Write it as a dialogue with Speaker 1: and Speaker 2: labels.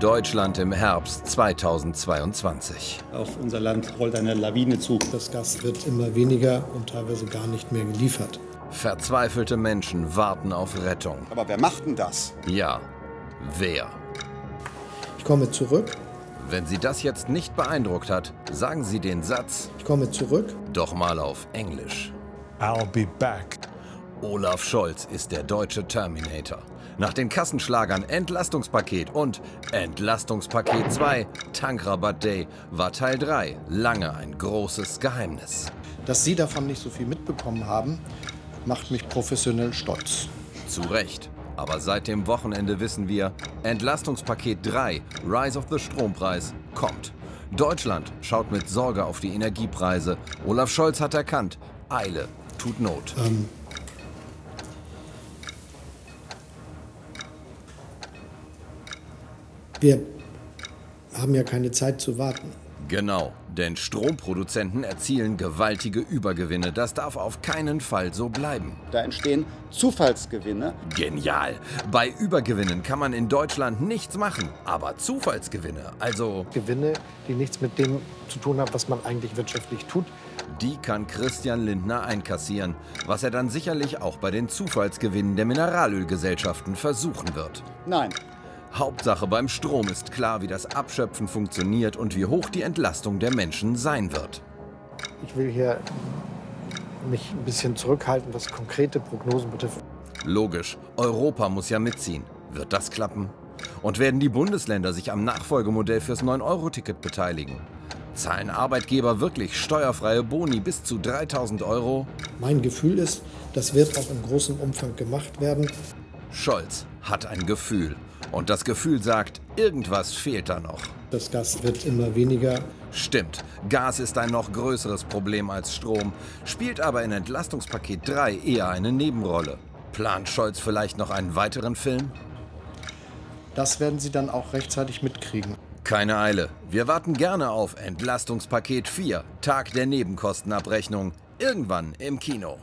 Speaker 1: Deutschland im Herbst 2022.
Speaker 2: Auf unser Land rollt eine Lawine zu.
Speaker 3: Das Gas wird immer weniger und teilweise gar nicht mehr geliefert.
Speaker 1: Verzweifelte Menschen warten auf Rettung.
Speaker 4: Aber wer macht denn das?
Speaker 1: Ja, wer?
Speaker 3: Ich komme zurück,
Speaker 1: Wenn Sie das jetzt nicht beeindruckt hat, sagen Sie den Satz
Speaker 3: ich komme zurück.
Speaker 1: doch mal auf Englisch.
Speaker 5: I'll be back.
Speaker 1: Olaf Scholz ist der deutsche Terminator. Nach den Kassenschlagern Entlastungspaket und Entlastungspaket 2, Tankrabatt Day, war Teil 3 lange ein großes Geheimnis.
Speaker 3: Dass Sie davon nicht so viel mitbekommen haben, macht mich professionell stolz.
Speaker 1: Zu Recht. Aber seit dem Wochenende wissen wir, Entlastungspaket 3, Rise of the Strompreis, kommt. Deutschland schaut mit Sorge auf die Energiepreise. Olaf Scholz hat erkannt, Eile tut Not.
Speaker 3: Wir haben ja keine Zeit zu warten.
Speaker 1: Genau, denn Stromproduzenten erzielen gewaltige Übergewinne. Das darf auf keinen Fall so bleiben.
Speaker 4: Da entstehen Zufallsgewinne.
Speaker 1: Genial. Bei Übergewinnen kann man in Deutschland nichts machen, aber Zufallsgewinne, also
Speaker 6: Gewinne, die nichts mit dem zu tun haben, was man eigentlich wirtschaftlich tut.
Speaker 1: die kann Christian Lindner einkassieren, was er dann sicherlich auch bei den Zufallsgewinnen der Mineralölgesellschaften versuchen wird.
Speaker 4: Nein,
Speaker 1: Hauptsache beim Strom ist klar, wie das Abschöpfen funktioniert und wie hoch die Entlastung der Menschen sein wird.
Speaker 6: Ich will hier mich ein bisschen zurückhalten, was konkrete Prognosen betrifft.
Speaker 1: Logisch, Europa muss ja mitziehen. Wird das klappen? Und werden die Bundesländer sich am Nachfolgemodell fürs 9-Euro-Ticket beteiligen? Zahlen Arbeitgeber wirklich steuerfreie Boni bis zu 3000 Euro?
Speaker 3: Mein Gefühl ist, das wird auch in großem Umfang gemacht werden.
Speaker 1: Scholz hat ein Gefühl. Und das Gefühl sagt, irgendwas fehlt da noch.
Speaker 3: Das Gas wird immer weniger.
Speaker 1: Stimmt, Gas ist ein noch größeres Problem als Strom, spielt aber in Entlastungspaket 3 eher eine Nebenrolle. Plant Scholz vielleicht noch einen weiteren Film?
Speaker 3: Das werden Sie dann auch rechtzeitig mitkriegen.
Speaker 1: Keine Eile. Wir warten gerne auf Entlastungspaket 4, Tag der Nebenkostenabrechnung, irgendwann im Kino.